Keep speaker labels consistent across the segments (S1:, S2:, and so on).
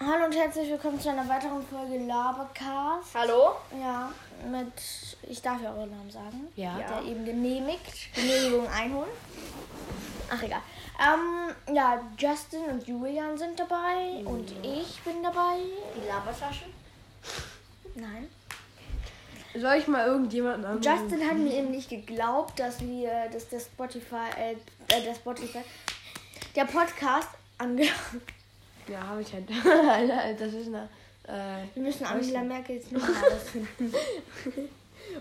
S1: Hallo und herzlich willkommen zu einer weiteren Folge Labercast.
S2: Hallo?
S1: Ja, mit, ich darf ja euren Namen sagen.
S3: Ja.
S2: Ja.
S1: Der eben genehmigt, Genehmigung einholen. Ach, egal. Ähm, ja, Justin und Julian sind dabei und ich bin dabei.
S2: Die Labertasche?
S1: Nein.
S3: Soll ich mal irgendjemanden anrufen?
S1: Justin hat mir eben nicht geglaubt, dass wir, dass der Spotify, äh, äh der Spotify, der Podcast ange...
S3: Ja, habe ich halt. Alter, das ist eine. Äh,
S1: Wir müssen Angela Merkels Nummer herausfinden.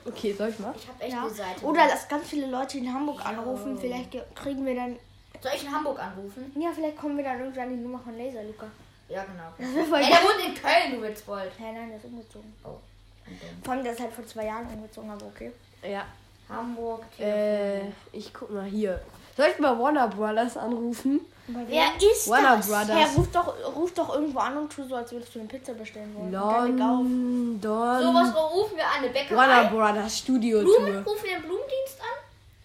S3: okay, soll ich mal?
S2: Ich habe echt
S1: Ja.
S2: eine Seite.
S1: Oder lass ganz viele Leute in Hamburg anrufen. Vielleicht ge- kriegen wir dann.
S2: Soll ich in Hamburg anrufen?
S1: Ja, vielleicht kommen wir dann irgendwann die Nummer von Laser, Luca.
S2: Ja, genau.
S1: Das wäre voll
S2: Ey,
S1: geil.
S2: der wohnt in Köln, du Witzbold.
S1: Nein, nein, der ist umgezogen.
S2: Oh. okay.
S1: Vor allem, der ist halt vor zwei Jahren umgezogen, aber okay.
S3: Ja.
S2: Hamburg.
S3: Äh, ich guck mal hier. Soll ich mal Warner Brothers anrufen?
S1: Bei
S2: Wer
S1: wem?
S2: ist
S3: Warner
S2: das?
S3: Brothers.
S1: Herr, ruf doch, ruf doch irgendwo an und tu so, als würdest du eine Pizza bestellen wollen. Und dann leg auf.
S3: London.
S2: Sowas rufen wir an. Eine Bäckerei.
S3: Warner Brothers Studio
S2: Blumen?
S3: Tour.
S2: Rufen wir den Blumendienst an?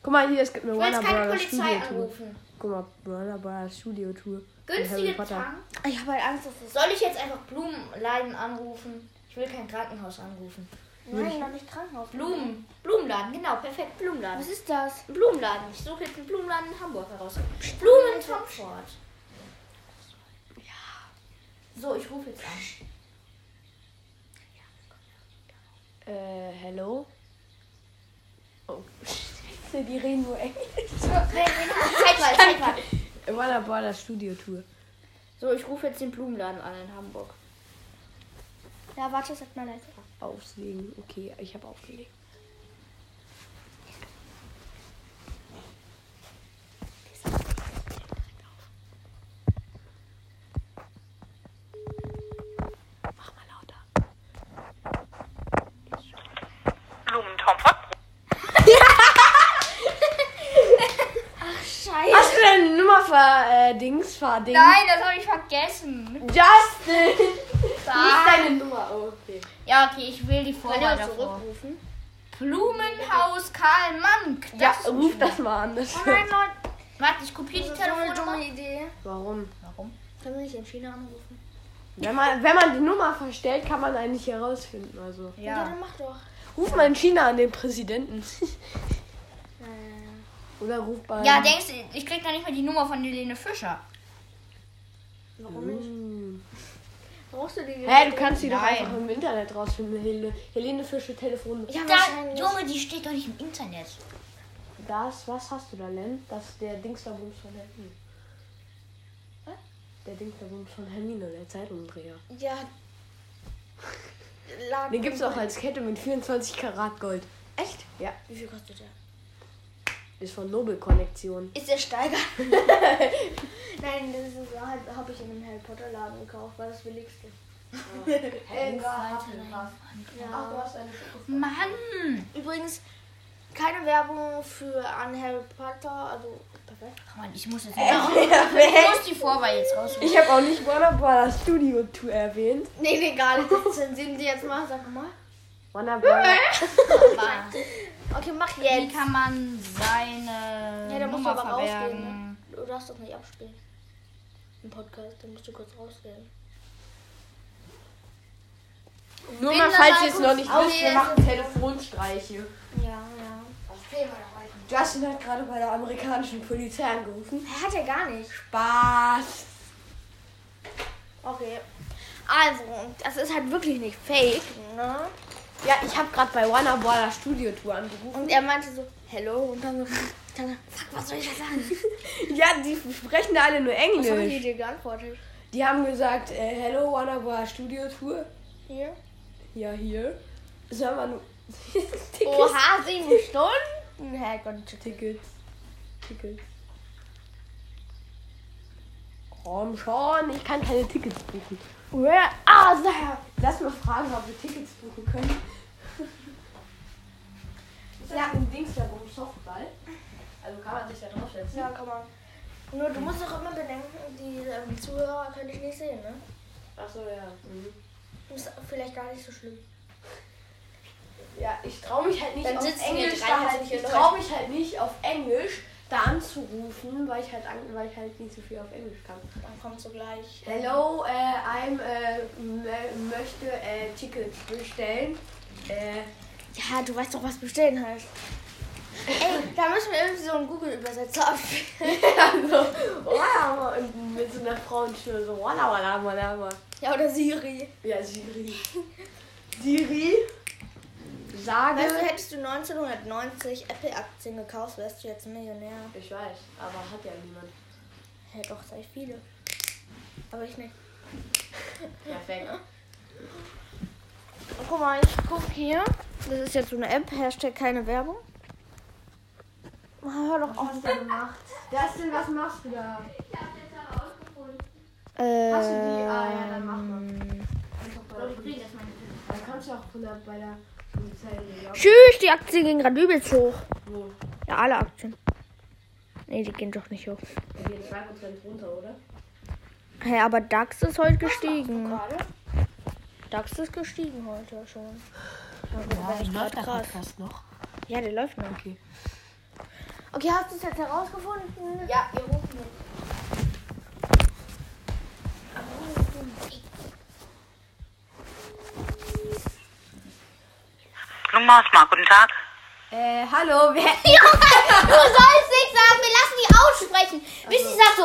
S3: Guck mal hier, es gibt eine
S2: Ich will
S3: Warner
S2: jetzt keine
S3: Brothers
S2: Polizei
S3: Studio Tour.
S2: anrufen.
S3: Guck mal, Warner Brothers Studio Tour. Mit Harry
S2: Günstige
S3: Potter.
S2: Tagen.
S1: Ich habe halt Angst, dass es.
S2: Soll ich jetzt einfach Blumenladen anrufen? Ich will kein Krankenhaus anrufen.
S1: Nein, noch nicht Krankenhaus.
S2: Blumen. Blumenladen, genau. Perfekt. Blumenladen.
S1: Was ist das?
S2: Ein Blumenladen. Ich suche jetzt einen Blumenladen in Hamburg heraus. Blumen in Frankfurt. Ja. So, ich rufe jetzt an.
S3: Äh, hello? Oh, scheiße, die reden nur Englisch.
S2: Zeit mal, Zeit mal.
S3: Warner Brothers Studio Tour.
S2: So, ich rufe jetzt den Blumenladen an in Hamburg.
S1: Ja, warte, sag mal leise.
S3: Auflegen. Okay, ich habe aufgelegt. Mach mal lauter.
S4: Blumentopf.
S1: Scheiße.
S3: Hast du deine Nummer ver äh, Dings verding?
S2: das habe ich vergessen.
S3: Justin! Nicht deine Nummer. Oh, okay.
S2: Ja, okay, ich will die Vorwahl
S1: Kann ich
S2: davor.
S1: zurückrufen?
S2: Blumenhaus Karl Mank. Das Also,
S3: Ja,
S2: ist-
S3: ruf das mal an. Das
S2: Oh nein, Leute. Warte, ich kopiere die
S1: Das ist so eine
S2: Telefonnummer.
S1: dumme Idee.
S3: Warum?
S2: Warum?
S1: Können wir nicht in China anrufen?
S3: Wenn man, wenn man die Nummer verstellt, kann man einen nicht herausfinden. Also.
S1: Ja,
S2: Ja.
S1: dann mach doch.
S3: Ruf mal in China an den Präsidenten.
S1: Äh,
S3: Oder ruf bei.
S2: Ja, denkst du, ich krieg noch nicht mal die Nummer von Helene Fischer.
S1: Warum nicht? Brauchst du die?
S3: Hä, hey, du kannst die doch
S2: Mhm. Nein.
S3: einfach im Internet rausfinden, Helene. Helene Fische Telefon.
S1: Ja,
S2: Da,
S1: wahrscheinlich.
S2: Junge, die steht doch nicht im Internet.
S3: Das, was hast du da, Len? Das ist der Dings da Bums von Hermine. Der Dings da Bums von Hermine, der Zeitungsdreher.
S1: Ja. Laden.
S3: Den gibt's auch als Kette mit 24 Karat Gold.
S1: Echt?
S3: Ja,
S1: Wie viel kostet der?
S3: ist von Nobel Konnektion.
S1: Ist der Steiger? Nein, das ist halt, habe ich in einem Harry Potter Laden gekauft, war das billigste. Ja.
S2: Mann!
S1: Übrigens, keine Werbung für an Harry Potter, also perfekt.
S2: Ach Mann, ich muss jetzt. ich muss die Vorwahl jetzt raus.
S3: Ich habe auch nicht Warner Brothers Studio Tour erwähnt.
S1: Nee, nee, gar nicht. Das zensieren sie jetzt mal, sag mal.
S3: Warner Brothers.
S1: Okay, mach
S2: Wie
S1: jetzt.
S2: kann man seine
S1: Ja, da musst du
S2: Nummer
S1: aber rausgehen,
S2: verbergen?
S1: ne? Du darfst das nicht abspielen. Im Podcast, dann musst du kurz rausgehen.
S3: Nur
S2: Bin
S3: mal,
S2: dabei,
S3: falls ihr es noch
S2: kommst
S3: nicht
S2: auf
S3: wisst, wir
S2: jeden
S3: machen Telefonstreiche.
S1: Ja, ja.
S3: Justin hat gerade bei der amerikanischen Polizei angerufen.
S1: Hat er gar nicht.
S3: Spaß.
S1: Okay. Also, das ist halt wirklich nicht fake, ne?
S3: Ja, ich habe gerade bei Warner Brothers Studio Tour angerufen.
S1: Und er meinte so, hello, und dann so, dann, so, fuck, was soll ich jetzt sagen?
S3: Ja, die sprechen da alle nur
S1: Was haben die
S3: Englisch.
S1: dir geantwortet?
S3: Die haben gesagt, äh, hello Warner Brothers Studio Tour.
S1: Hier?
S3: Ja, hier. Sag mal, nur- Tickets.
S1: Oha, sieben Stunden? Herr Gott.
S3: Tickets. Tickets. Komm schon, ich kann keine Tickets buchen.
S1: Where are they?
S3: Lass mal fragen, ob wir Tickets buchen können. Ist das ja. ein Dings da beim Softball? Also kann man sich da draufsetzen?
S1: Ja, komm mal. Nur du musst doch immer bedenken, die ähm, Zuhörer können dich nicht sehen, ne?
S3: Achso, ja. Mhm.
S1: Ist vielleicht gar nicht so schlimm.
S3: Ja, ich traue mich halt nicht
S1: Dann
S3: auf
S1: sitzen wir
S3: Englisch.
S1: drei
S3: Da halt,
S1: hässliche
S3: ich traue mich halt nicht auf Englisch da anzurufen, weil ich halt, an- weil ich halt nicht so viel auf Englisch kann.
S1: Dann kommst du gleich.
S3: Hello, äh, I'm äh, m- möchte äh, Tickets bestellen. Äh,
S1: Ja, du weißt doch, was bestellen heißt. Ey, da müssen wir irgendwie so einen Google-Übersetzer abspielen.
S3: also, wow, und mit so einer Frauenstimme so wala wala wala wala.
S1: Ja, oder Siri.
S3: Ja, Siri. Siri, sage.
S1: Weißt du, hättest du 1990 Apple-Aktien gekauft, wärst du jetzt Millionär.
S3: ich weiß, aber hat ja niemand.
S1: Ja, doch, sei viele. Aber ich nicht.
S3: Perfekt.
S1: Und Oh, guck mal, ich guck hier. Das ist jetzt so eine App, Hashtag keine Werbung. Oh, Hör doch auf.
S3: gemacht? Dustin, was machst du da?
S1: Äh,
S3: Hast du die? Ah ja, dann
S1: Ähm,
S3: mach mal. Kannst auch bei der
S2: Ich
S3: Polizei-
S2: krieg das mal nicht.
S3: Dann kannst du auch von der, bei der Polizei laufen.
S1: Tschüss, die Aktien gehen gerade übelst hoch.
S3: Wo?
S1: Ja, alle Aktien. Nee, die gehen doch nicht hoch.
S3: Wir gehen 2% runter, oder?
S1: Hä, hey, aber DAX ist heute gestiegen. DAX ist gestiegen heute schon. Ja, ich läuft krass.
S3: noch.
S1: Ja, der läuft noch.
S3: Okay.
S1: Okay, hast du es jetzt herausgefunden?
S2: Ja, ihr ruft mich.
S5: Mausmar, guten Tag.
S3: Äh, hallo, wer.
S2: Du sollst nicht sagen, wir lassen die aussprechen. Bis sie sagt so,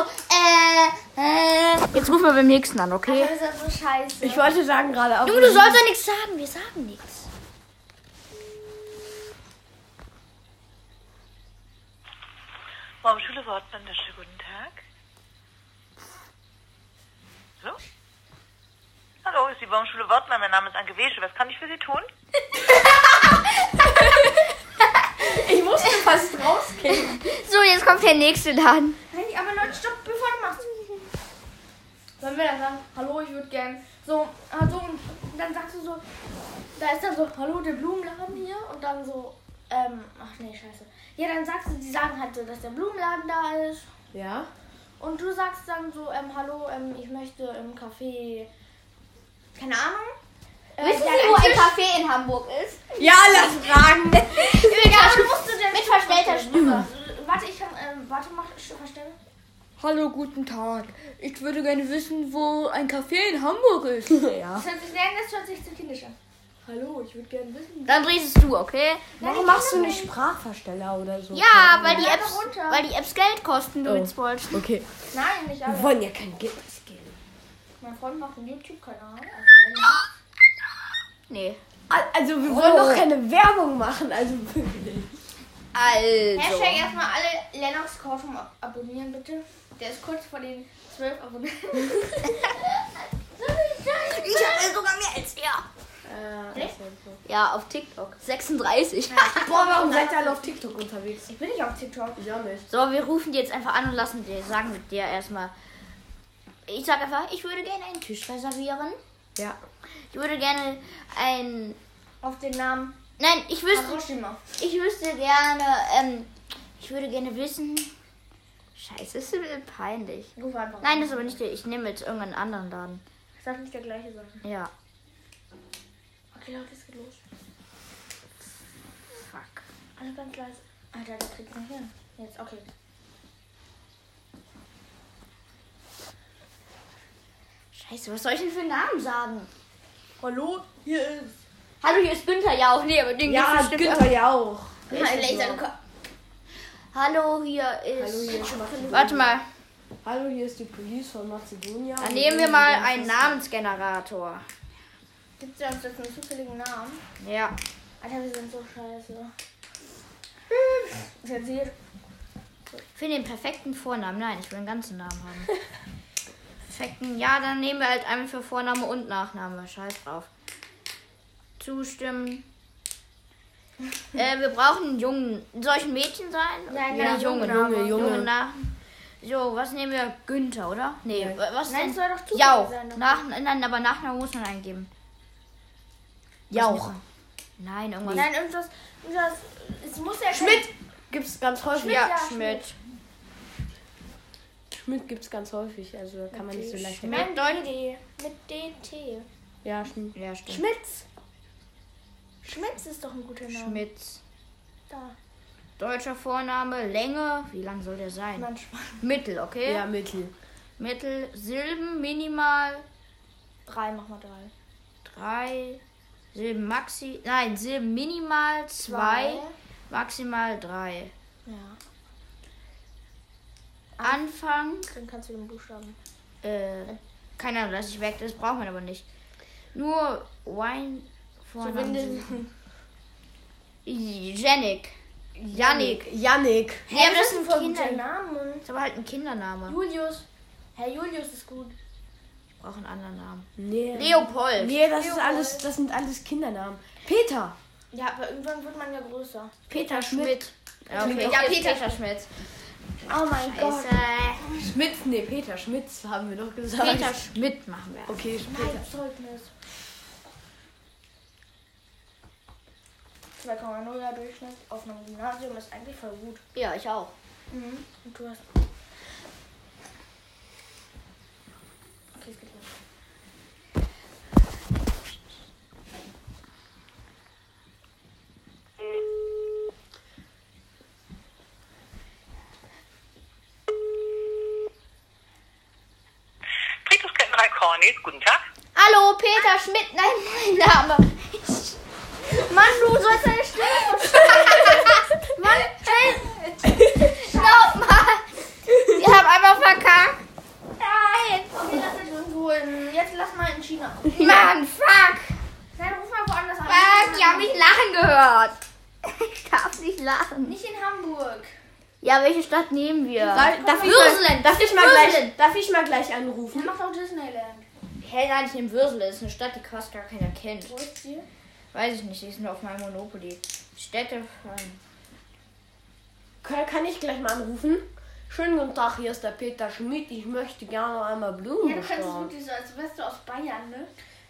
S2: äh,
S3: Also-
S2: äh. Jetzt rufen wir beim nächsten an, okay?
S1: Das ist ja so scheiße.
S3: Ich wollte sagen gerade auch.
S2: Junge, du sollst doch nichts sagen, wir sagen nichts.
S5: Morgenschule Wortbänder, schönen guten Tag. Hallo? Hallo, ist die Baumschule Wortmann. Mein Name ist Anke Wesche. Was kann ich für Sie tun?
S3: Ich musste fast rausgehen.
S2: So, jetzt kommt der nächste an.
S1: Hey, aber Leute, stopp, bevor du machst. Sollen wir dann sagen, hallo, ich würde gern. So, also, und dann sagst du so, da ist dann so, hallo, der Blumenladen hier. Und dann so, ähm, ach nee, scheiße. Ja, dann sagst du, die sagen halt so, dass der Blumenladen da ist.
S3: Ja?
S1: Und du sagst dann so, ähm, hallo, ähm, ich möchte im Café, keine Ahnung. Äh,
S2: Wissen
S1: ja,
S2: Sie, wo ein Café in Hamburg ist?
S3: Ja, lass fragen.
S1: Ja, du musst du denn
S2: Mit verstellter Stimme.
S1: Warte, ich kann, ähm, warte, mach, verstellen.
S6: Hallo, guten Tag. Ich würde gerne wissen, wo ein Café in Hamburg ist.
S3: ja.
S1: Das hört sich, nein, das hört sich zu kindisch an.
S3: Hallo, ich würde gerne wissen.
S2: Dann drehst du, okay?
S3: Warum Oh, machst du nicht Sprachversteller oder so?
S2: Ja, weil die
S1: Lade
S2: Apps,
S1: runter.
S2: weil die Apps Geld kosten, du
S3: Oh.
S2: jetzt wolltest.
S3: Okay.
S1: Nein, nicht alle.
S3: Wir wollen ja kein Geld ausgeben.
S1: Mein Freund macht einen YouTube-Kanal. also
S2: Nee.
S3: Al- Also, wir wollen doch keine Werbung machen. Also, wirklich.
S2: Also.
S1: Hashtag erstmal alle Lennox Kortum ab abonnieren, bitte. Der ist kurz vor den 12 Abonnenten.
S2: Ich habe sogar mehr als er.
S3: Äh,
S2: Ja, auf TikTok. 36.
S3: boah, warum seid ihr alle auf TikTok unterwegs?
S1: Ich bin nicht auf TikTok.
S3: Ich auch nicht.
S2: So, wir rufen die jetzt einfach an und lassen dir sagen mit dir erstmal. Ich sag einfach, ich würde gerne einen Tisch reservieren.
S3: Ja.
S2: Ich würde gerne ein.
S1: Auf den Namen
S2: Nein, ich wüsste,
S1: Hiroshima.
S2: ich wüsste gerne. Ähm, ich würde gerne wissen. Scheiße, ist peinlich.
S1: Ruf einfach. an.
S2: Nein, das ist aber nicht der. Ich nehme jetzt irgendeinen anderen Laden.
S1: Das darf nicht der gleiche sein.
S2: Ja.
S1: Okay, Leute, es geht los.
S2: Fuck.
S1: Alle ganz leise. Alter, der kriegt nicht hin. Jetzt, okay.
S2: Scheiße, was soll ich denn für einen Namen sagen?
S3: Hallo, hier ist.
S2: Hallo, hier ist Günther. Ja, auch nee, aber den gibt's
S3: Ja,
S2: bestimmt
S3: Günther ja auch.
S2: Mein Laserluca. Hallo, hier ist.
S3: hier ist Mazedonia.
S2: Warte mal,
S3: Hallo, hier ist die Police von Mazedonia.
S2: dann nehmen wir mal einen Namensgenerator.
S1: Gibt es uns jetzt einen zufälligen Namen?
S2: Ja.
S1: Alter, wir sind so scheiße.
S2: Hm.
S1: Zensiert.
S2: Für den perfekten Vornamen. Nein, ich will einen ganzen Namen haben. perfekten. Ja, dann nehmen wir halt einmal für Vorname und Nachname. Scheiß drauf. Zustimmen. äh, wir brauchen einen Jungen. Soll ich ein Mädchen sein?
S1: Nein,
S2: ja,
S1: nein,
S2: Junge.
S3: Junge, Junge.
S2: Namen. So, was nehmen wir? Günther, oder? Nee,
S3: Nein.
S2: wa- was
S1: Nein,
S2: denn?
S1: es soll doch zufällig
S2: Jauch.
S1: sein, ne? doch.
S2: Nach, nein, aber Nachname muss man eingeben.
S3: Jauch.
S2: Nein, irgendwas.
S1: Nein, irgendwas. irgendwas es muss ja.
S3: Schmidt gibt's ganz häufig.
S1: Schmidt, ja,
S2: Schmidt.
S3: Schmidt gibt's ganz häufig, also da kann man nicht so leicht.
S1: Schmidt. Mit DT. Mit DT.
S3: Ja, Schmidt.
S2: Ja, stimmt.
S1: Schmitz. Schmitz ist doch ein guter Name.
S2: Schmitz.
S1: Da.
S2: Genau. Deutscher Vorname, Länge, wie lang soll der sein?
S7: Manchmal.
S2: Mittel, okay?
S3: Ja, Mittel.
S2: Mittel, Silben, Minimal,
S7: Drei, mach mal drei.
S2: drei, Silben Maxi, nein, Silben Minimal, zwei, maximal drei.
S7: Ja.
S2: Anfang,
S7: Dann kannst du den Buchstaben.
S2: äh, keine Ahnung, lass ich weg, das braucht man aber nicht. Nur Wine,
S7: So,
S2: Vorname,
S7: wenn
S2: Silben.
S7: du-
S2: Janik. Janik.
S3: Jannik.
S2: Ja, aber
S7: das
S2: das
S7: ist ein
S2: sind
S7: voll guter
S2: Kinder.
S7: Name.
S2: Das ist aber halt ein Kindername.
S7: Julius. Herr Julius ist gut.
S2: Ich brauche einen anderen Namen.
S3: Nee.
S2: Leopold.
S3: Nee, das ist
S7: Leopold.
S3: alles, das sind alles Kindernamen. Peter.
S7: Ja, aber irgendwann wird man ja größer.
S2: Peter Schmidt. Ja,
S3: Klingt
S2: okay.
S3: doch
S2: ja Peter Schmidt.
S7: Oh mein
S2: Scheiße.
S3: Schmitz, nee, Peter Schmitz haben wir doch gesagt.
S2: Äh, Peter Schmidt machen wir.
S3: Okay, Peter.
S7: Mein Zeugnis. 2,0er Durchschnitt auf einem Gymnasium ist eigentlich voll gut.
S2: Ja, ich auch.
S7: Mhm. Und du hast. Okay, es geht los.
S5: Friedhof Kettnerei Cornel, guten Tag.
S2: Hallo, Peter Schmidt. Nein, mein Name. Mann, du sollst deine Stimme verstellen. Mann, hey. Stopp mal. Ich hab einfach verkackt. Nein.
S7: Okay, lass uns uns holen. Jetzt lass mal in China.
S2: Mann, fuck.
S7: Nein, ruf mal woanders an.
S2: Fuck, die haben mich lachen gehört. Ich darf nicht lachen.
S7: Nicht in Hamburg.
S2: Ja, welche Stadt nehmen wir?
S3: Darf- darf ich mal-
S2: Würselen.
S3: Darf ich, mal
S2: Würselen.
S3: gleich, darf ich mal gleich
S7: Der
S3: anrufen?
S7: macht auch Disneyland.
S2: Hey, nein, ich nehme Würselen. Das ist eine Stadt, die fast gar keiner kennt.
S7: Wo ist die?
S2: Weiß ich nicht, sie ist nur auf meinem Monopoly. Städte von.
S3: Kann, kann ich gleich mal anrufen? Schönen guten Tag, hier ist der Peter Schmidt. Ich möchte gerne einmal Blumen
S7: Ja, du kannst es
S3: bestellen.
S7: wirklich so, als wärst du aus Bayern, ne?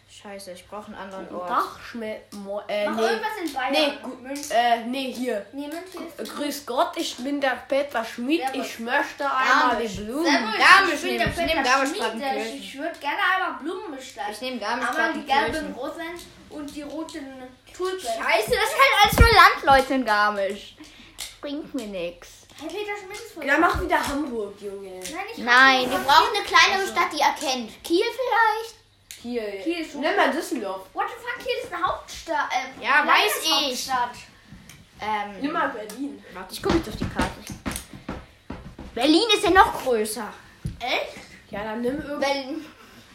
S2: Scheiße, ich brauche einen anderen
S3: Guten
S2: Ort.
S3: Tag, Schmidt. Mo äh,
S7: Mach
S3: nee.
S7: irgendwas in Bayern.
S3: Nee, gu-
S7: München.
S3: äh, nee, hier.
S7: Nee, München ist.
S3: Äh, Grüß Gott, ich bin der Peter Schmidt.
S7: Servus.
S3: Ich möchte einmal die Blumen.
S7: Servus,
S2: Garmisch
S7: ich bin
S2: nehme ich.
S7: der
S2: Ich
S7: Peter
S2: nehme Garmisch
S7: Schmied,
S2: Partenkirchen.
S7: Ich würde gerne einmal Blumen bestellen.
S2: Ich nehme
S7: Aber die gelben
S2: Garmisch-Partenkirchen.
S7: Rosen und die roten Tulpen.
S2: Scheiße, das ist halt alles nur Landleute in Garmisch. Bringt mir nix.
S7: Herr Peter Schmidt ist voll.
S3: Dann mach wieder Hamburg, Junge.
S7: Nein, ich
S2: Nein, wir brauchen eine kleinere Stadt, die erkennt. Kiel vielleicht?
S3: Kiel.
S7: Kiel ist
S3: Nimm mal Düsseldorf.
S7: What the fuck, hier ist eine Hauptstadt. Äh,
S2: Ja, weiß ich.
S7: Landeshauptstadt.
S3: Nimm
S2: Ähm,
S3: mal Berlin.
S2: warte, ich gucke jetzt auf die Karte. Berlin ist ja noch größer.
S7: Echt?
S3: Ja, dann nimm, irgend
S2: Berlin.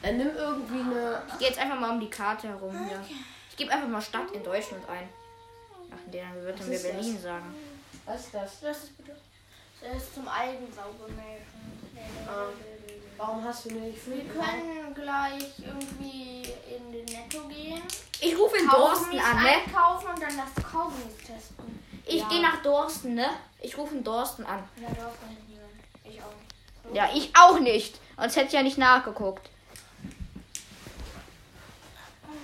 S3: dann nimm irgendwie eine.
S2: Ich gehe jetzt einfach mal um die Karte herum hier. Ich gebe einfach mal Stadt in Deutschland ein. Nach der wird dann wir
S3: ist das?
S2: Berlin sagen.
S3: Was ist das?
S7: Lass es bitte. Das ist zum Eigensaubermelken.
S3: Ah. Warum hast du nicht viel?
S7: Wir können gleich irgendwie in den Netto gehen.
S2: Ich rufe in Dorsten
S7: Kaugummis
S2: an, ne?
S7: einkaufen und dann das Kaugummis testen.
S2: Ich gehe nach Dorsten, ne? Ich rufe in Dorsten an.
S7: Ja, du hast nicht niemand. Ich auch nicht.
S2: Ja, ich auch nicht. Sonst hätte ich ja nicht nachgeguckt.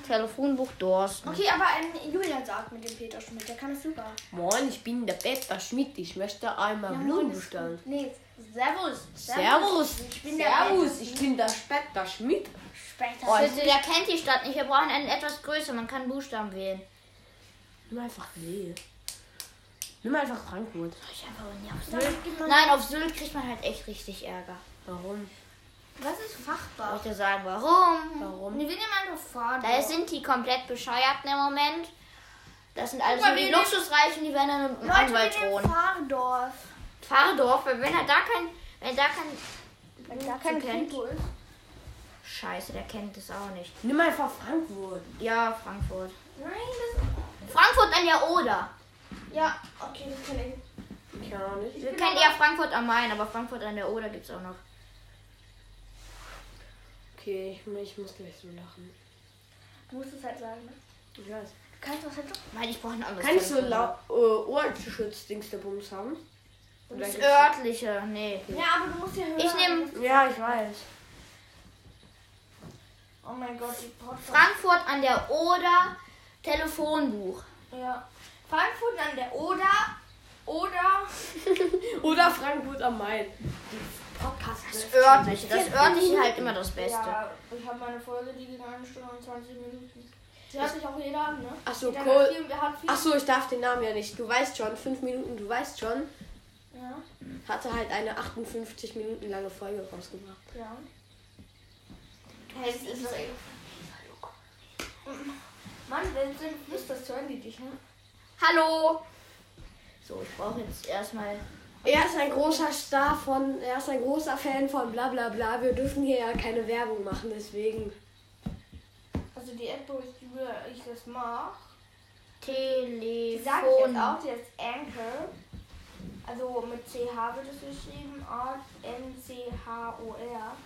S2: Telefonbuch Dorsten.
S7: Okay, aber ein Julian sagt mit dem Peter Schmidt, der kann es super.
S3: Moin, ich bin der Peter Schmidt. Ich möchte einmal
S7: Ja,
S3: Blumen
S7: moin, ist
S3: bestellen.
S7: Nee, Servus.
S3: Servus.
S7: Ich bin der
S3: Servus,
S7: Peter
S3: ich bin der Peter Schmidt.
S7: Später.
S3: Oh,
S2: Bitte, Also, der kennt die Stadt nicht. Wir brauchen einen etwas größer. Man kann Buchstaben wählen.
S3: Nimm einfach Mehl. Nimm einfach Frankfurt.
S2: Nein, auf Sylt kriegt man halt echt richtig Ärger.
S3: Warum?
S7: Was ist
S2: Soll
S7: Fachbar?
S2: ich dir sagen, warum?
S3: Warum?
S7: Nee, wir nehmen einfach Fahrer.
S2: Da sind die komplett bescheuerten im Moment. Das sind alles
S7: Guck
S2: nur
S7: mal,
S2: die
S7: wir nehmen-
S2: Luxusreichen, die werden dann im
S7: Leute,
S2: Anwalt
S7: wir nehmen
S2: drohen.
S7: Fahrdorf.
S2: Fahrdorf, weil wenn er da kein... Wenn er da kein...
S7: Wenn da
S2: kein
S7: kein
S2: kennt.
S7: Friedhof ist.
S2: Scheiße, der kennt das auch nicht.
S3: Nimm einfach Frankfurt.
S2: Ja, Frankfurt.
S7: Nein, das
S2: Frankfurt an der Oder.
S7: Ja, okay, das kann ich.
S3: Ich kann auch nicht.
S2: Wir kennen eher Frankfurt am Main, aber Frankfurt an der Oder gibt's auch noch.
S3: Okay, ich, ich muss gleich so lachen.
S7: Du musst es halt sagen, ne?
S3: Ich weiß.
S7: Du kannst das halt doch.
S2: Weil ich brauche ein anderes.
S3: Kann ich so
S2: Telefon.
S3: lau- äh, Ohrenschutzdings der Bums haben? Oder
S2: Das
S3: gibt's-
S2: örtliche, nee.
S7: Ja, aber du musst ja hören.
S2: Ich nehme
S3: Ja, ich weiß.
S7: Oh mein Gott, die Podcast.
S2: Frankfurt an der Oder Telefonbuch.
S7: Ja. Frankfurt an der Oder. Oder.
S3: Oder Frankfurt am Main.
S7: Podcast.
S2: Das örtliche, das örtliche halt immer das Beste.
S7: Ja, ich habe meine Folge, die ging eine Stunde und 20 Minuten. Die hört sich auch jeder an, ne?
S3: Ach so,
S7: Jeder hat
S3: Kohl-
S7: viel- hat viel-
S3: Ach so, ich darf den Namen ja nicht. Du weißt schon, fünf Minuten, du weißt schon,
S7: Ja,
S3: hatte halt eine 58 Minuten lange Folge rausgebracht.
S7: ja.
S2: Hey, das ist so-
S7: Mann, wenn du flüsterst, hören die dich, ne?
S2: Hallo! So, ich brauche jetzt erstmal.
S3: Er ist ein großer Star von, er ist ein großer Fan von bla bla bla. Wir dürfen hier ja keine Werbung machen, deswegen.
S7: Also die App, wo ich, die- wo ich das mache, die sage ich jetzt
S2: Telefon.
S7: auch, die ist Anchor. Also mit CH wird es geschrieben, A-N-C-H-O-R. Und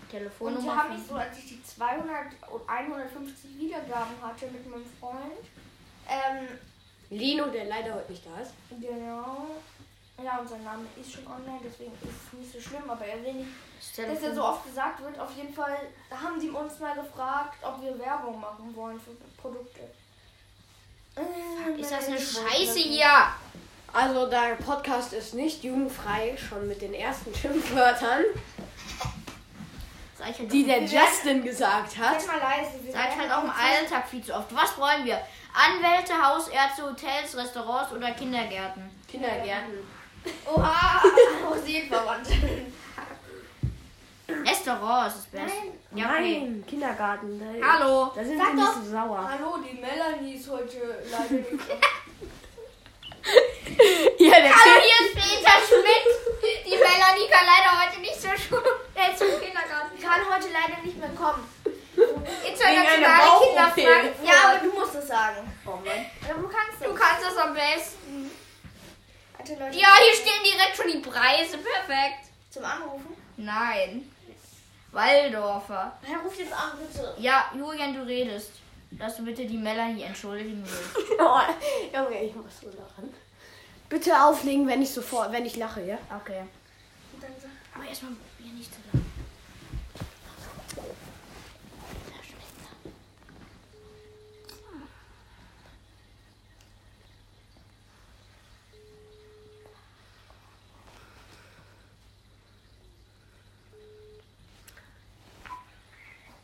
S7: die
S2: Telefonnummer.
S7: haben mich so, als ich die 200 und 150 Wiedergaben hatte mit meinem Freund. Ähm,
S3: Lino, der leider heute nicht da ist.
S7: genau. Ja, unser Name ist schon online, deswegen ist es nicht so schlimm, aber er will nicht,
S2: das
S7: dass
S2: Telefon.
S7: er so oft gesagt wird. Auf jeden Fall haben sie uns mal gefragt, ob wir Werbung machen wollen für Produkte. Äh,
S2: ist das
S7: wenn
S2: eine
S7: ich wollte,
S2: Scheiße
S7: dass-
S2: hier?
S3: Also der Podcast ist nicht jugendfrei, schon mit den ersten Schimpfwörtern,
S2: Sag ich halt
S3: die der
S7: Wir werden-
S3: Justin gesagt hat.
S7: Seid mal leise. Wir
S2: Sag ich
S7: werden
S2: halt auch im Alltag viel zu oft. Was wollen wir? Anwälte, Hausärzte, Hotels, Restaurants oder Kindergärten?
S3: Kindergärten.
S7: Oha, auch Seelenverwandt.
S2: Restaurants ist best. Ja, okay.
S3: Nein, Kindergarten. Da,
S2: Hallo.
S3: Da sind
S7: Sag
S3: wir nicht
S7: doch.
S3: so sauer.
S7: Hallo, die Melanie ist heute leider nicht
S3: Ja, der
S2: Hallo, hier ist Peter Schmidt. Die Melanie kann leider heute nicht zur Schule, äh, zum Kindergarten.
S7: kann heute leider nicht mehr kommen.
S3: Wegen einer
S2: Internationale
S3: Bauch-OP.
S2: Kinderfragen.
S7: Ja, aber du musst es sagen. Ja, du kannst
S2: Du
S7: es.
S2: kannst das am besten.
S7: Alte Leute,
S2: Ja, hier stehen direkt schon die Preise. Perfekt.
S7: zum Anrufen.
S2: Nein. Waldorfer.
S7: Herr, ruf jetzt an, bitte.
S2: Ja, Julian, du redest. Dass du bitte die Melanie entschuldigen willst.
S3: Oh, Junge, ich muss so lachen. Bitte auflegen, wenn ich sofort, wenn ich lache, ja?
S2: Okay.
S7: Und dann sag-
S2: Aber erstmal probier nicht zu lachen.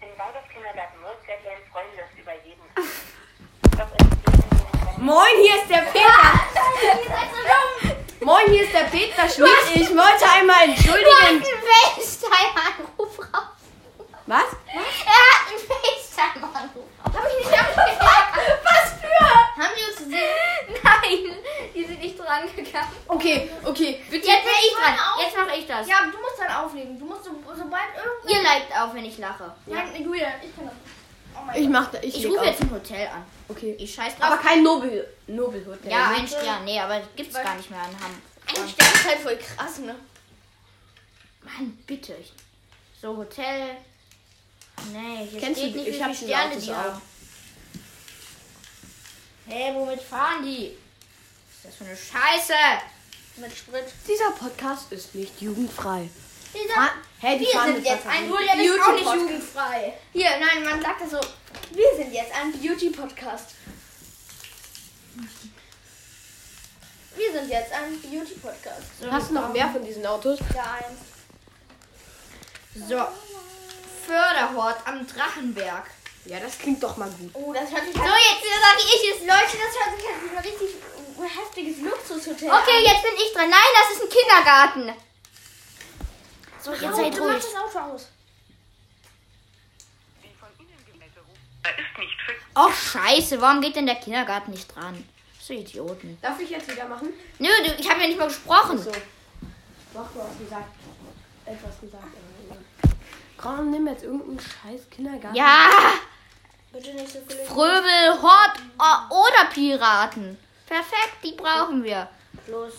S8: Im Waldorf Kindergarten Wolfsgärtlein freuen wir uns über jeden. Doch es
S3: Moin, hier ist der Peter.
S2: Ihr seid so dumm.
S3: Moin, hier ist der Peter Schmidt. Ich wollte einmal
S2: Du hast einen
S3: entschuldigen.
S2: FaceTime-Anruf raus.
S3: Was?
S2: Er hat einen FaceTime-Anruf. Hab ich nicht abgefragt. Was für? Haben die uns gesehen? Nein, die sind nicht dran gegangen.
S3: Okay, okay.
S2: Jetzt bin ich dran. Jetzt mache ich das.
S7: Ja, aber du musst dann auflegen. Du musst, so, sobald irgend.
S2: Ihr liked auf, wenn ich lache.
S7: Nein, Julia, ich kann das. Oh mein
S3: Ich mach da, ich,
S2: Ich
S3: leg
S2: rufe
S3: auf.
S2: jetzt ein Hotel an.
S3: Okay.
S2: Ich scheiß drauf.
S3: Aber kein Nobel, Nobelhotel.
S2: ja,
S3: ne?
S2: ein Stern. Nee, aber gibt's gar nicht mehr in Hamm.
S7: Ein Stern ist halt voll krass, ne?
S2: Mann, bitte. Ich- So, Hotel. Nee, hier
S3: Kennst
S2: steht
S3: du-
S2: nicht,
S3: ich
S2: wie
S3: hab
S2: viele
S3: diese
S2: Sterne
S3: Autos
S2: die
S3: auch.
S2: haben. Hey, womit fahren die? Was ist das für eine Scheiße?
S7: Mit Sprit.
S3: Dieser Podcast ist nicht jugendfrei.
S2: Dieser
S3: Hey, die
S2: Wir
S3: fahren
S2: sind
S3: das
S2: jetzt
S3: Wasser
S2: ein
S3: nicht.
S2: Julian ist auch nicht jugend.
S7: jugendfrei.
S2: Hier, nein, man sagt das so.
S7: Wir sind jetzt ein Beauty-Podcast. Wir sind jetzt ein Beauty-Podcast.
S3: Hast du noch mehr von diesen Autos?
S7: Ja, eins.
S2: So. Förderhort am Drachenberg.
S3: Ja, das klingt doch mal gut.
S7: Oh, das hört sich
S2: So,
S7: halt.
S2: jetzt sag ich es, Leute.
S7: Leute, das hört sich halt wie ein richtig heftiges Luxushotel
S2: Okay, jetzt bin ich dran. Nein, das ist ein Kindergarten. So,
S7: an.
S2: jetzt
S7: Au,
S2: seid
S7: du machst
S2: ruhig.
S7: das Auto aus.
S8: die von Ihnen gemeldete Rufnummer ist nicht für
S2: Ach, scheiße. Warum geht denn der Kindergarten nicht dran? So Idioten.
S3: Darf ich jetzt wieder machen?
S2: Nö, du, ich habe ja nicht mal gesprochen.
S3: So. Doch, du hast gesagt. Etwas gesagt. aber egal. Komm, nimm jetzt irgendeinen scheiß Kindergarten.
S2: Ja,
S7: Bitte nicht so viel.
S2: Fröbel, Hort o- oder Piraten. Perfekt, die brauchen wir.
S7: Plus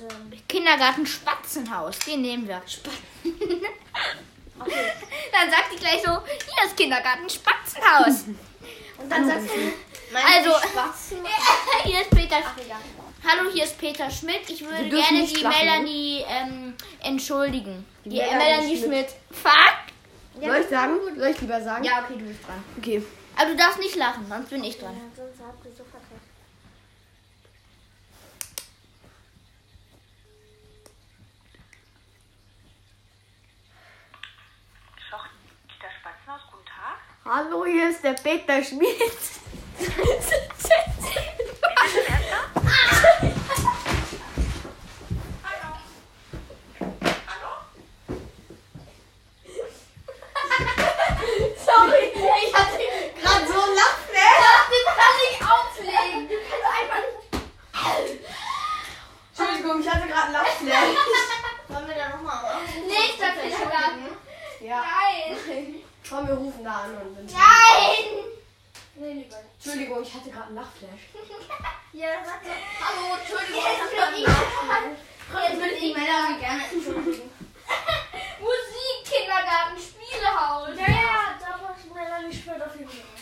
S7: 18.
S2: Kindergarten Spatzenhaus, den nehmen wir.
S7: Okay.
S2: Dann sagt die gleich so, hier ist Kindergarten Spatzenhaus.
S7: Und dann sagst du,
S2: Also,
S7: Spatzen.
S2: hier ist Peter.
S7: Ach, egal.
S2: Hallo, hier ist Peter Schmidt. Ich würde
S3: Wir dürfen
S2: gerne
S3: nicht
S2: die
S3: lachen, ne?
S2: Melanie ähm, entschuldigen. Die,
S3: Melanie
S2: Melanie Schmidt. Fuck.
S3: Soll ich sagen? Soll ich lieber sagen?
S2: Ja, okay, du bist dran.
S3: Okay.
S2: Aber du darfst nicht lachen, sonst bin ich dran.
S7: Sonst habt ihr so verkehrt.
S8: Schochter Spatzenhaus. Guten Tag.
S3: Hallo, hier ist der Peter Schmidt.
S9: Entschuldigung, ich hatte gerade einen Lachflash.
S7: Wollen wir da nochmal?
S2: Nicht, das ist Schokolade.
S9: Ja.
S2: Nein.
S9: Komm, wir rufen da an und dann.
S2: Nein.
S7: Nee, lieber nicht.
S9: Entschuldigung, ich hatte gerade einen Lachflash.
S2: Ja, sag mal.
S7: Hallo, Entschuldigung,
S2: Jetzt
S7: ich hab
S2: bin
S7: grad
S2: ich
S7: einen Jetzt würde ich Männer so gerne entschuldigen.
S2: Musik, Kindergarten, Spielehaus.
S7: Ja, ja, da war ich Männer gespielt auf jeden Fall.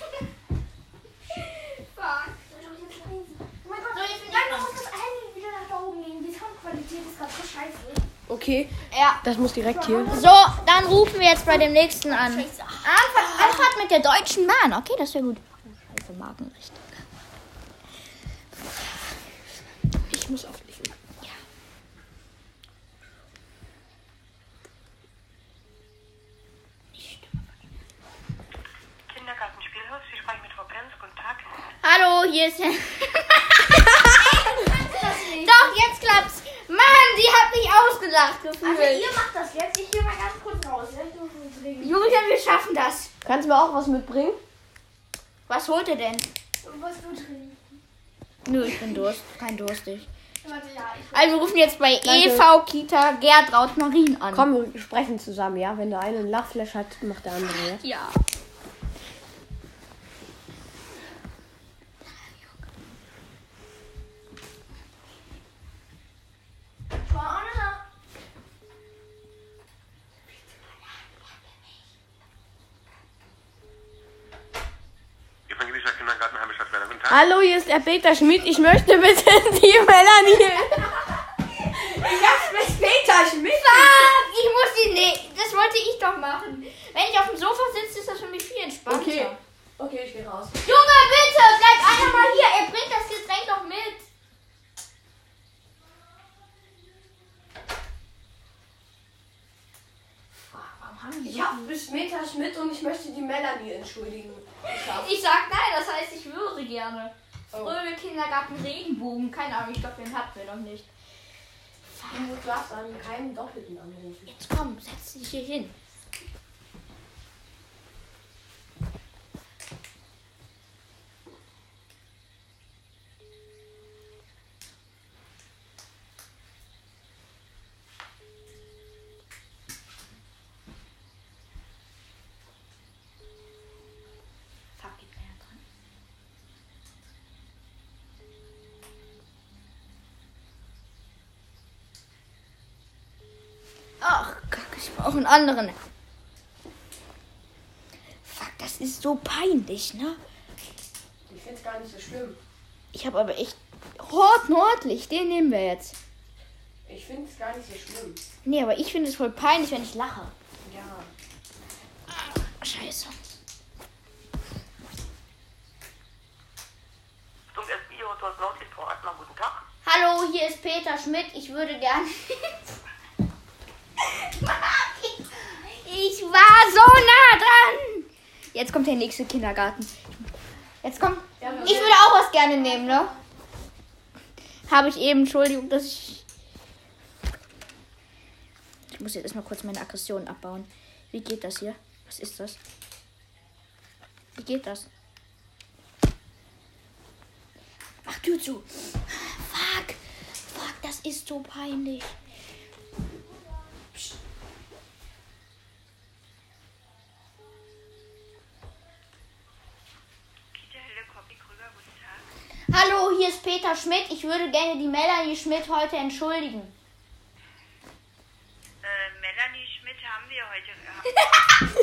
S2: Fuck.
S7: Oh mein Gott, so, jetzt nein, du musst das Handy wieder nach da oben legen. Die Soundqualität ist gerade so scheiße.
S3: Okay.
S2: Ja.
S3: Das muss direkt hier.
S2: So, dann rufen wir jetzt bei dem nächsten an. Anfang, Anfahrt mit der Deutschen Bahn. Okay, das wäre gut. Oh, Scheiße, Markenrecht.
S3: Ich muss auflegen.
S5: Kindergarten Spielhaus, Sie sprechen mit Frau Prenz, guten Tag.
S2: Hallo, hier ist Herr. Doch, jetzt klappt's. Mann, die hat mich ausgelacht.
S7: Also,
S2: gefühlt.
S7: ihr macht das jetzt. Ich gehe mal ganz kurz raus. Ja, ich muss mich regen.
S2: Julian, wir schaffen das.
S3: Kannst du mir auch was mitbringen?
S2: Was holt ihr denn?
S7: Was du trinken?
S2: Nö, ich bin durst. Kein durstig.
S7: Warte, ja, ich.
S2: Also wir rufen jetzt bei EV Kita Gertraud Marien an.
S3: Komm, wir sprechen zusammen, ja? Wenn der eine einen Lachflash hat, macht der andere, ja?
S2: Ja.
S7: Vorne.
S10: Evangelischer Kindergarten Heimischer Werner. Guten Tag.
S3: Hallo, hier ist der Peter Schmidt. Ich möchte bitte die Melanie.
S9: Peter Schmidt!
S2: Fuck, Ah, ich muss die. Nee, das wollte ich doch machen. Wenn ich auf dem Sofa sitze, ist das für mich viel entspannter.
S9: Okay. Okay, ich geh raus.
S2: Junge, bitte, bleib einer mal hier. Er bringt das Getränk doch mit.
S9: Ich hab bis Peter Schmidt und ich möchte die Melanie entschuldigen.
S2: Ich sag nein, das heißt, ich würde gerne. Fröhlich Kindergarten Regenbogen. Keine Ahnung, ich glaube, den hatten wir noch nicht.
S9: Du darfst an keinen Doppelten anrufen.
S2: Jetzt komm, setz dich hier hin. Fuck, geht keiner dran. Ach, Kacke, ich brauche einen anderen. Fuck, das ist so peinlich, ne?
S9: Ich find's gar nicht so schlimm.
S2: Ich habe aber echt Hort Nordlich, den nehmen wir jetzt.
S9: Ich find's gar nicht so schlimm.
S2: Nee, aber ich finde es voll peinlich, wenn ich lache. Ah,
S9: Ja.
S2: Scheiße.
S5: Zum SI und aus Nord ist Frau Adler, guten Tag.
S2: Hallo, hier ist Peter Schmidt. Ich würde gern. ich war so nah dran. Jetzt kommt der nächste Kindergarten. Jetzt kommt. Ich würde auch was gerne nehmen, ne? Habe ich eben, Entschuldigung, dass ich. Ich muss jetzt erstmal kurz meine Aggression abbauen. Wie geht das hier? Was ist das? Wie geht das? Mach Tür zu. Fuck. Fuck, das ist so peinlich. Psst. Hallo, hier ist Peter Schmidt. Ich würde gerne die Melanie Schmidt heute entschuldigen.
S5: Äh, Melanie Schmidt haben wir heute.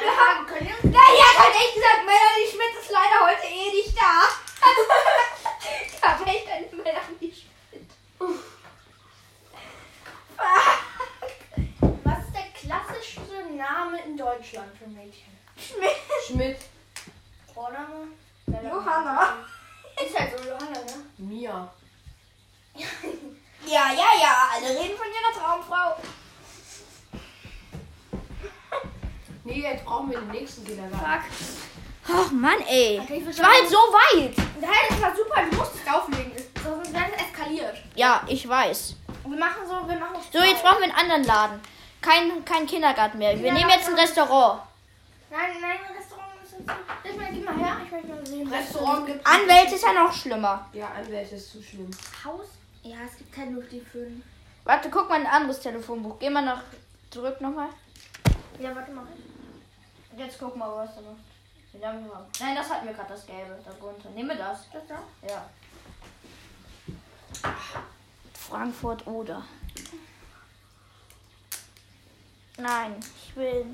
S2: Ja, ich hab halt echt gesagt, Melanie Schmidt ist leider heute eh nicht da. ich hab echt eine Melanie Schmidt.
S7: Was ist der klassischste Name in Deutschland für Mädchen?
S9: Schmidt,
S7: Vorname? Melanie.
S2: Johanna.
S7: Ist halt so Johanna, ne?
S9: Mia.
S2: Ja, ja, ja, alle reden von ihrer Traumfrau.
S9: Nee, jetzt brauchen wir den nächsten Kindergarten.
S7: Fuck.
S2: Ach Mann, ey.
S7: Okay, ich
S2: Ich war halt so weit.
S7: Nein, das war super, du musst dich auflegen. Sonst wäre es eskaliert.
S2: Ja, ich weiß.
S7: Und wir machen so, wir machen auf
S2: So, jetzt
S7: zwei.
S2: brauchen wir einen anderen Laden. Kein, kein Kindergarten mehr. Wir nehmen jetzt ein Restaurant.
S7: Nein, nein, ein Restaurant ist uns zu. Ich meine, gib mal her, ich möchte mal sehen.
S9: Restaurant gibt
S2: Anwälte ist ja noch schlimmer.
S9: Ja, Anwälte ist zu schlimm.
S7: Haus? Ja, es gibt keine Luft, die füllen.
S2: Warte, guck mal in ein anderes Telefonbuch. Geh mal nach zurück nochmal.
S7: Ja, warte mal.
S2: Jetzt guck mal, was da noch. Den haben wir noch. Nein, das hatten wir gerade, das Gelbe. Darunter. Nehme das.
S7: Das da?
S2: Ja. Frankfurt oder. Nein, ich will.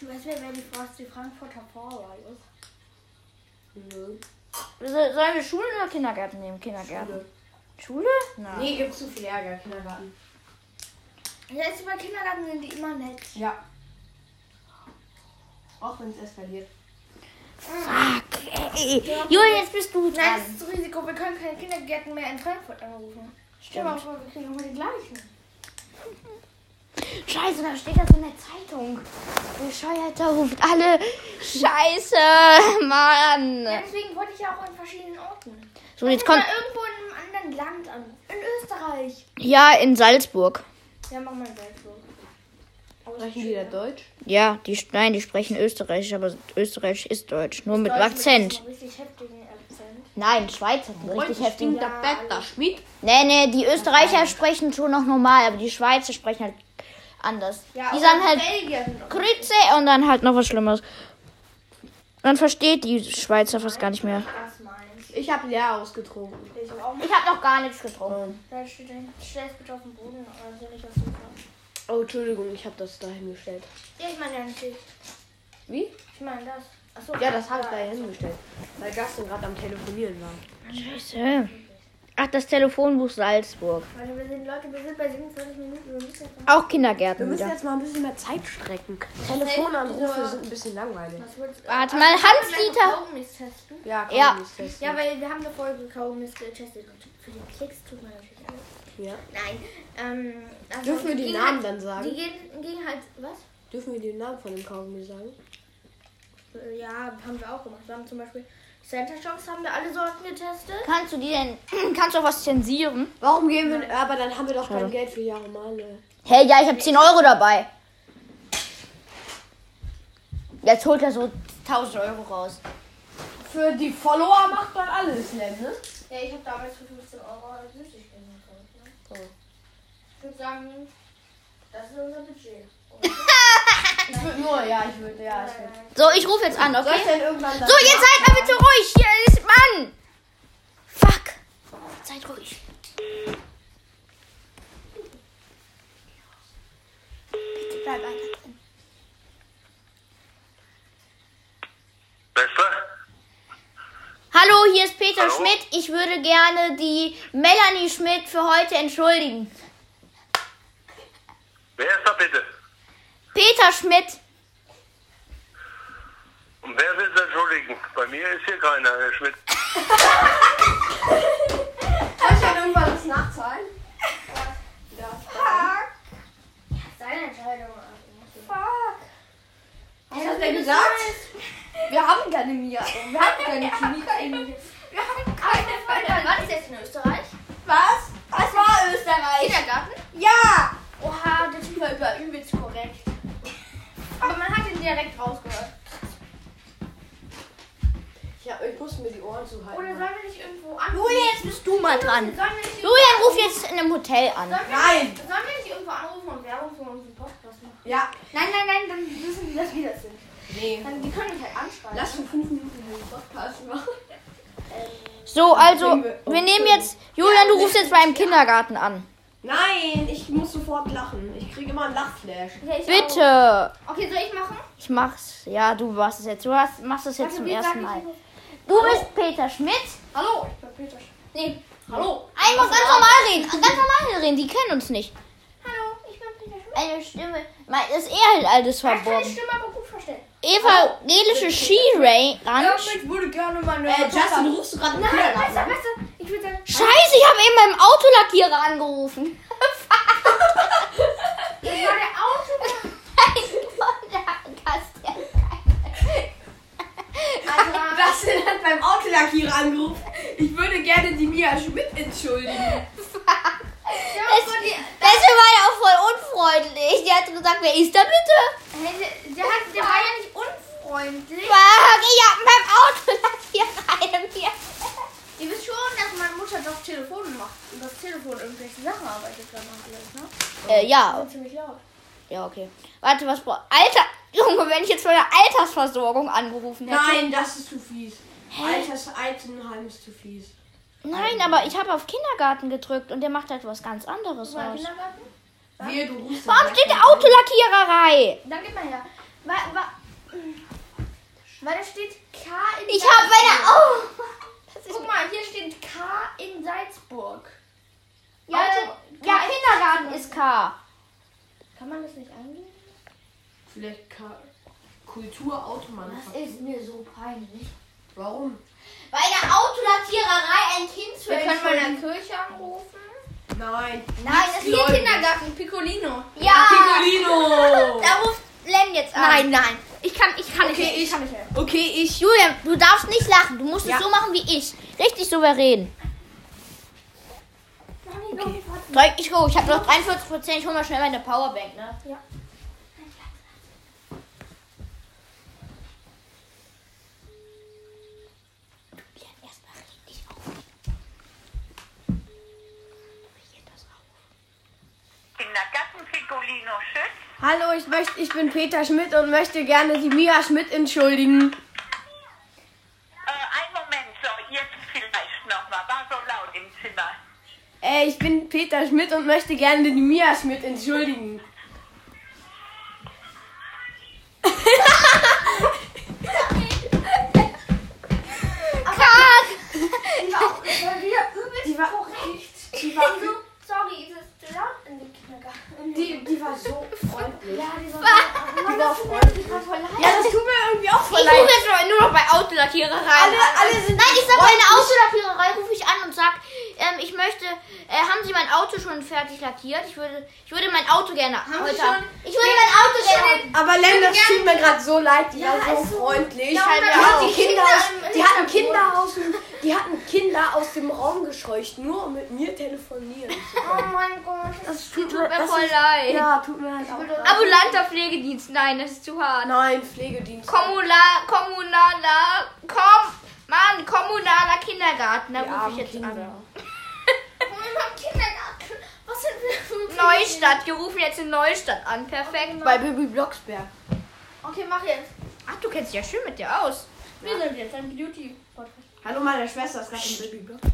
S7: Du weißt, wer, wer die, Frost, die Frankfurter Vorwahl ist.
S2: So- Sollen wir Schule oder Kindergarten nehmen? Kindergarten. Schule? Nein.
S9: Nee, gibt zu viel Ärger, Kindergarten.
S7: Jetzt bei Kindergarten sind die immer nett.
S9: Ja. Auch wenn es eskaliert.
S2: Fuck, ey. Juli, jetzt bist du dran.
S7: Nein, das ist das Risiko, wir können keine Kindergärten mehr in Frankfurt anrufen. Stell dir mal vor, wir kriegen immer die gleichen.
S2: Scheiße, da steht das in der Zeitung. Bescheuerter ruft alle. Scheiße,
S7: Ja,
S2: Mann.
S7: deswegen wollte ich ja auch an verschiedenen Orten.
S2: So, jetzt
S7: Oder
S2: kommt.
S7: irgendwo in einem anderen Land an. In Österreich.
S2: Ja, in Salzburg.
S7: Ja, mach mal Salzburg.
S9: Sprechen die da Deutsch?
S2: Ja, die, nein, die sprechen Österreichisch, aber Österreichisch ist Deutsch. Nur mit Akzent.
S7: Richtig heftigen Akzent.
S2: Nein, Schweiz hat einen richtig heftigen.
S3: der Bett, Schmied.
S2: Nee, nee, die Österreicher sprechen schon noch normal, aber die Schweizer sprechen halt anders. die sagen halt
S7: Belgier sind auch.
S2: Grütze und dann halt noch was Schlimmeres. Man versteht die Schweizer fast gar nicht mehr.
S7: Das meins.
S3: Ich habe leer ausgetrunken.
S7: Ich auch.
S2: Ich habe noch gar nichts getrunken.
S7: Da steht ein Stress bitte auf dem Boden oder soll ich was suchen?
S3: Oh, Entschuldigung, ich habe das da hingestellt.
S7: Ja, ich meine ja natürlich.
S3: Wie?
S7: Ich meine das. Achso.
S3: Ja, das habe ich da hingestellt. Weil Gaston gerade am Telefonieren war.
S2: Scheiße. Ach, das Telefonbuch Salzburg.
S7: Warte, wir sind Leute, wir sind bei 27 Minuten. Wir müssen jetzt noch-
S2: Auch Kindergärten
S3: Wir müssen
S2: wieder.
S3: jetzt mal ein bisschen mehr Zeit strecken. Telefonanrufe sind ein bisschen langweilig.
S7: Was wird's?
S2: Warte mal, Hans-Dieter.
S7: Kaugummis testen.
S3: Ja, komm,
S2: Ja.
S3: ist das-
S7: Ja, weil wir haben eine Folge Kaugummis getestet. Und für die Klicks tut man natürlich alles.
S3: Ja.
S7: Nein. Ähm, also
S3: Dürfen wir die
S7: gehen
S3: Namen
S7: halt,
S3: dann sagen?
S7: Die gehen, gehen halt. Was?
S3: Dürfen wir den Namen von dem Kaugummi sagen?
S7: Äh, Ja, haben wir auch gemacht. Wir haben zum Beispiel Santa Shocks haben wir alle Sorten getestet.
S2: Kannst du die denn. Kannst du auch was zensieren?
S3: Warum gehen wir. Aber dann haben wir doch kein Geld für Jahre Male.
S2: Hey, ja, ich habe 10 Euro dabei. Jetzt holt er so 1000 Euro raus.
S9: Für die Follower macht man alles, ne?
S7: Ja, ich habe damals für 15 Euro eine Süßigkeit gekauft. Ne? Ich würde sagen, das ist unser Budget.
S9: Ich würde nur, ja, ich würde, ja, ich würde.
S2: So, ich rufe jetzt an,
S9: Soll ich
S2: okay?
S9: denn irgendwann das
S2: So, jetzt seid mal bitte ruhig. Hier ist Mann. Fuck. Seid ruhig. Bitte bleib einfach drin.
S10: Besser?
S2: Hallo, hier ist Peter
S10: Hallo.
S2: Schmidt. Ich würde gerne die Melanie Schmidt für heute entschuldigen.
S10: Wer ist da bitte?
S2: Peter Schmidt.
S10: Und wer will es entschuldigen? Bei mir ist hier keiner, Herr Schmidt.
S9: Soll ich denn irgendwann das nachzahlen?
S7: Deine Entscheidung. Armin.
S9: Was hast du denn gesagt? Wir haben keine Mia. Wir haben keine Chemika in
S7: War das jetzt in Österreich?
S9: Was? Was war Österreich?
S7: Kindergarten?
S9: Ja!
S7: Oha, das war über übelst korrekt. Aber man hat ihn direkt rausgehört.
S9: Ja, ich muss mir die Ohren zuhalten.
S7: Oder sollen wir nicht irgendwo an?
S2: Julian, jetzt bist du mal dran.
S7: Sollen wir nicht
S2: Julian, ruf jetzt in einem Hotel an.
S7: Sollen wir,
S9: Nein.
S7: Sollen wir nicht irgendwo anrufen und Werbung für unseren Podcast machen?
S9: Ja.
S7: Nein, nein, nein, dann wissen die, dass wir das sind.
S9: Nee.
S7: Dann, die können mich halt anschreiben.
S9: Lass uns fünf Minuten den Podcast machen.
S2: So, also, wir nehmen jetzt. Julian, du rufst jetzt beim Kindergarten an.
S9: Nein, ich muss sofort lachen. Ich kriege immer einen Lachflash.
S2: Bitte.
S7: Okay, soll ich machen?
S2: Ich mach's. Ja, du machst es jetzt. Du hast, machst es jetzt
S7: Warte,
S2: zum
S7: Also wie sag
S2: ersten
S7: ich
S2: Mal. Du bist Peter Schmidt.
S7: Hallo, ich bin Peter. Sch-
S2: Nee.
S9: Hallo.
S2: Einmal ganz normal reden. Ganz normal reden. Die kennen uns nicht.
S7: Hallo, ich bin Peter Schmidt.
S2: Eine Stimme. Mein- Das ist eh halt alles
S7: Ich kann die
S2: verborgen.
S7: Stimme aber gut verstehen.
S2: Evangelische Skiray Ranch.
S1: Damit würde gerne meine.
S9: Äh, Justin, rufst du gerade einen
S7: Nein,
S9: Kindergarten
S7: besser,
S9: an?
S7: besser. Ich würde sagen,
S2: Scheiße, ich habe eben beim Autolackierer angerufen.
S7: das war der Auto.
S2: Nein, von der Gastherrin.
S7: Also,
S9: Lackierer angerufen. Ich würde gerne die Mia Schmidt entschuldigen.
S2: Das, das war ja auch voll unfreundlich. Die hat gesagt, wer ist da bitte?
S7: Hey, der, der, hat, der war ja nicht unfreundlich.
S2: Sag, ich hab mein Auto lackiert rein mir.
S7: Ihr wisst schon, dass meine Mutter doch Telefone macht und das Telefon irgendwelche Sachen arbeitet dann und alles, ne?
S2: Äh, ja.
S7: Ziemlich laut.
S2: Ja, okay. Warte, was bra- Alter, Junge, wenn ich jetzt von der Altersversorgung angerufen hätte.
S3: Nein, das ist zu fies. Alters Altenheim ist zu fies.
S2: Nein, aber ich habe auf Kindergarten gedrückt und der macht halt was ganz anderes
S7: Mal
S2: aus.
S7: Kindergarten?
S3: Wehe, du rufst
S2: Warum steht der Autolackiererei?
S7: Dann gib mal her. Weil, weil, weil da steht K in
S2: Ich habe meine Augen.
S7: Guck mal, hier steht K in Salzburg.
S2: Ja, ja, Kindergarten ist K.
S7: Kann man das nicht angeben?
S3: Vielleicht Ka- Kultur Automann.
S7: Ist mir so peinlich.
S3: Warum?
S2: Bei der Autolackiererei ein Kind zu
S7: Wir können mal in der Kirche anrufen.
S3: Nein. Ah.
S2: Nein, das
S7: Hier Kindergarten, Piccolino.
S2: Ja,
S3: Piccolino!
S2: da ruft Lem jetzt an. Nein, nein. Ich kann, ich kann nicht.
S7: ich kann nicht helfen.
S3: Okay, ich.
S2: Julian, du darfst nicht lachen. Du musst es so machen wie ich. Richtig souverän. Soll ich- ich, oh, ich habe noch 43 Prozent. Ich hole mal schnell meine Powerbank, ne?
S7: Ja.
S2: Julian, erstmal richtig auf. Hier das auf.
S5: Kindergarten Piccolino Schütz.
S3: Hallo, ich, möchte, ich bin Peter Schmidt und möchte gerne die Mia Schmidt entschuldigen.
S5: Äh, einen Moment, so, jetzt vielleicht nochmal. War so laut im Zimmer.
S3: Äh, ich bin Peter Schmidt und möchte gerne die Mia Schmidt entschuldigen.
S2: Kack!
S7: Die war korrekt. Die war so, sorry, ist es laut in dem Kindergarten?
S3: Die, die war so freundlich.
S7: Ja, die war, die war freundlich. Die war voll leid.
S3: Ja, das tut mir irgendwie auch voll
S2: Ich rufe
S3: leid.
S2: jetzt nur- nur noch bei Autolackiererei alle, alle sind Nein, ich sag bei einer Autolackiererei rufe ich an und sag, ähm, ich möchte, äh, haben Sie mein Auto schon fertig lackiert? Ich würde, ich würde mein Auto gerne heute. ich würde mein Auto gerne.
S3: Aber Len, das tut mir gerade so leid. Die war so
S7: ist so-
S3: freundlich.
S7: Ja,
S3: die
S7: und dann
S3: hat
S7: auch
S3: die Kinder,
S7: Kinder
S3: aus,
S7: im
S3: die hatten Kinder aus dem, die hatten Kinder aus dem Raum gescheucht, nur um mit mir telefonieren.
S7: Oh mein Gott.
S3: Das tut
S2: Tut mir voll leid.
S3: Ja, tut mir halt auch leid.
S2: Ambulanter Pflegedienst, nein, das ist zu hart.
S3: Nein, Pflegedienst.
S2: Kommunal, kommunaler, komm, Mann, kommunaler Kindergarten, da
S3: Die
S2: rufe ich
S3: armen
S2: jetzt an.
S3: Kinder.
S7: Kindergarten. Was sind wir für
S2: Neustadt, wir rufen jetzt in Neustadt an, perfekt.
S3: Bei Bibi Blocksberg.
S7: Okay, mach jetzt.
S2: Ach, du kennst dich ja schön mit dir aus.
S7: Wir sind jetzt ein Beauty-Podcast.
S3: Hallo, meine Schwester ist gerade in Bibi Blocksberg.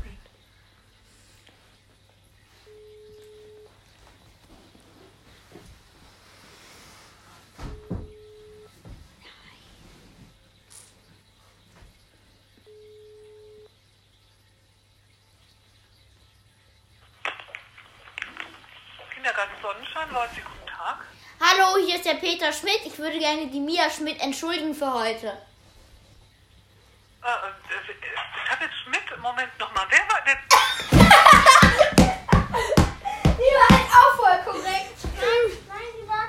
S5: Kindergarten Sonnenschein, Leute, guten Tag.
S2: Hallo, hier ist der Peter Schmidt. Ich würde gerne die Mia Schmidt entschuldigen für heute.
S5: Äh, äh, äh, ich habe jetzt Schmidt, Moment nochmal. Wer war denn?
S2: halt
S7: Nein, nein, die war.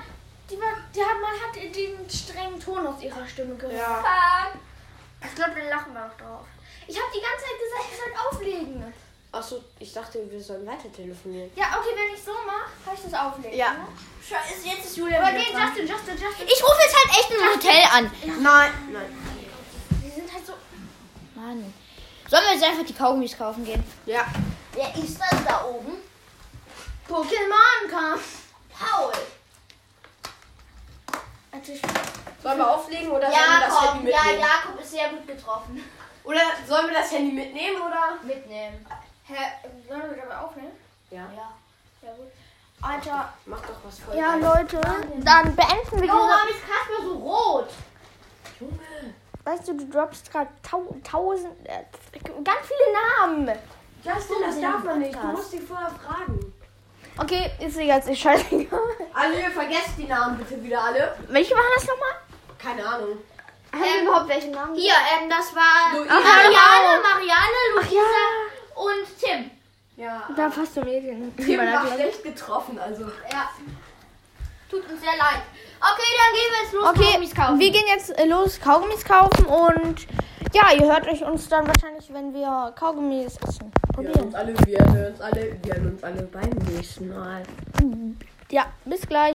S7: Die war. Die hat, man hat den strengen Ton aus ihrer Stimme gehört. Ich glaube, den lachen wir auch drauf. Ich habe die ganze Zeit gesagt, ich soll auflegen.
S3: Achso, ich dachte, wir sollen weiter telefonieren.
S7: Ja, okay, wenn ich so mache, kann ich das auflegen.
S3: Ja.
S7: Ne?
S2: Scheiße, jetzt ist Julia
S7: Aber nee, Justin, Justin, Justin.
S2: Ich rufe jetzt halt echt im Hotel an.
S3: Nein, nein.
S7: Die sind halt so.
S2: Mann. Sollen wir jetzt einfach die Kaugummis kaufen gehen?
S3: Ja.
S2: Wer ist das da oben?
S7: Pokémon kam.
S2: Paul.
S3: Sollen wir auflegen oder sollen wir Also, das Handy
S2: Jakob. Ja,
S3: mitnehmen?
S2: Jakob ist sehr gut getroffen.
S3: Oder sollen wir das Handy mitnehmen oder?
S2: Mitnehmen.
S7: Hä, sollen wir dabei aufnehmen?
S3: Ja.
S7: Ja, gut. Alter.
S3: Mach doch was voll.
S7: Ja,
S3: Geiles.
S7: Leute.
S2: Dann beenden wir diese...
S7: Oh, warum ist Kasper so rot?
S2: Weißt du, du droppst gerade tau tausend... Äh, ganz viele Namen.
S3: Justin, das darf man nicht. Du musst sie vorher fragen.
S2: Okay, ist egal, ist scheißegal.
S3: Alle, Also, vergesst die Namen bitte wieder alle.
S2: Welche waren das nochmal?
S3: Keine Ahnung.
S2: Haben wir überhaupt welche Namen? Hier, ähm, das war
S3: Luisa.
S2: Marianne, Marianne, Luisa und Tim.
S3: Ja.
S1: Da passt du mir den.
S3: Tim war schlecht getroffen, also.
S2: Ja. Tut uns sehr leid. Okay, dann gehen wir jetzt los.
S1: Okay,
S2: Kaugummis kaufen.
S1: wir gehen jetzt äh, los Kaugummis kaufen und Ja, ihr hört euch uns dann wahrscheinlich, wenn wir Kaugummis essen.
S3: Wir
S1: Probieren.
S3: hören uns alle, wir hören uns alle, wir hören uns alle beim nächsten Mal.
S1: Ja, bis gleich.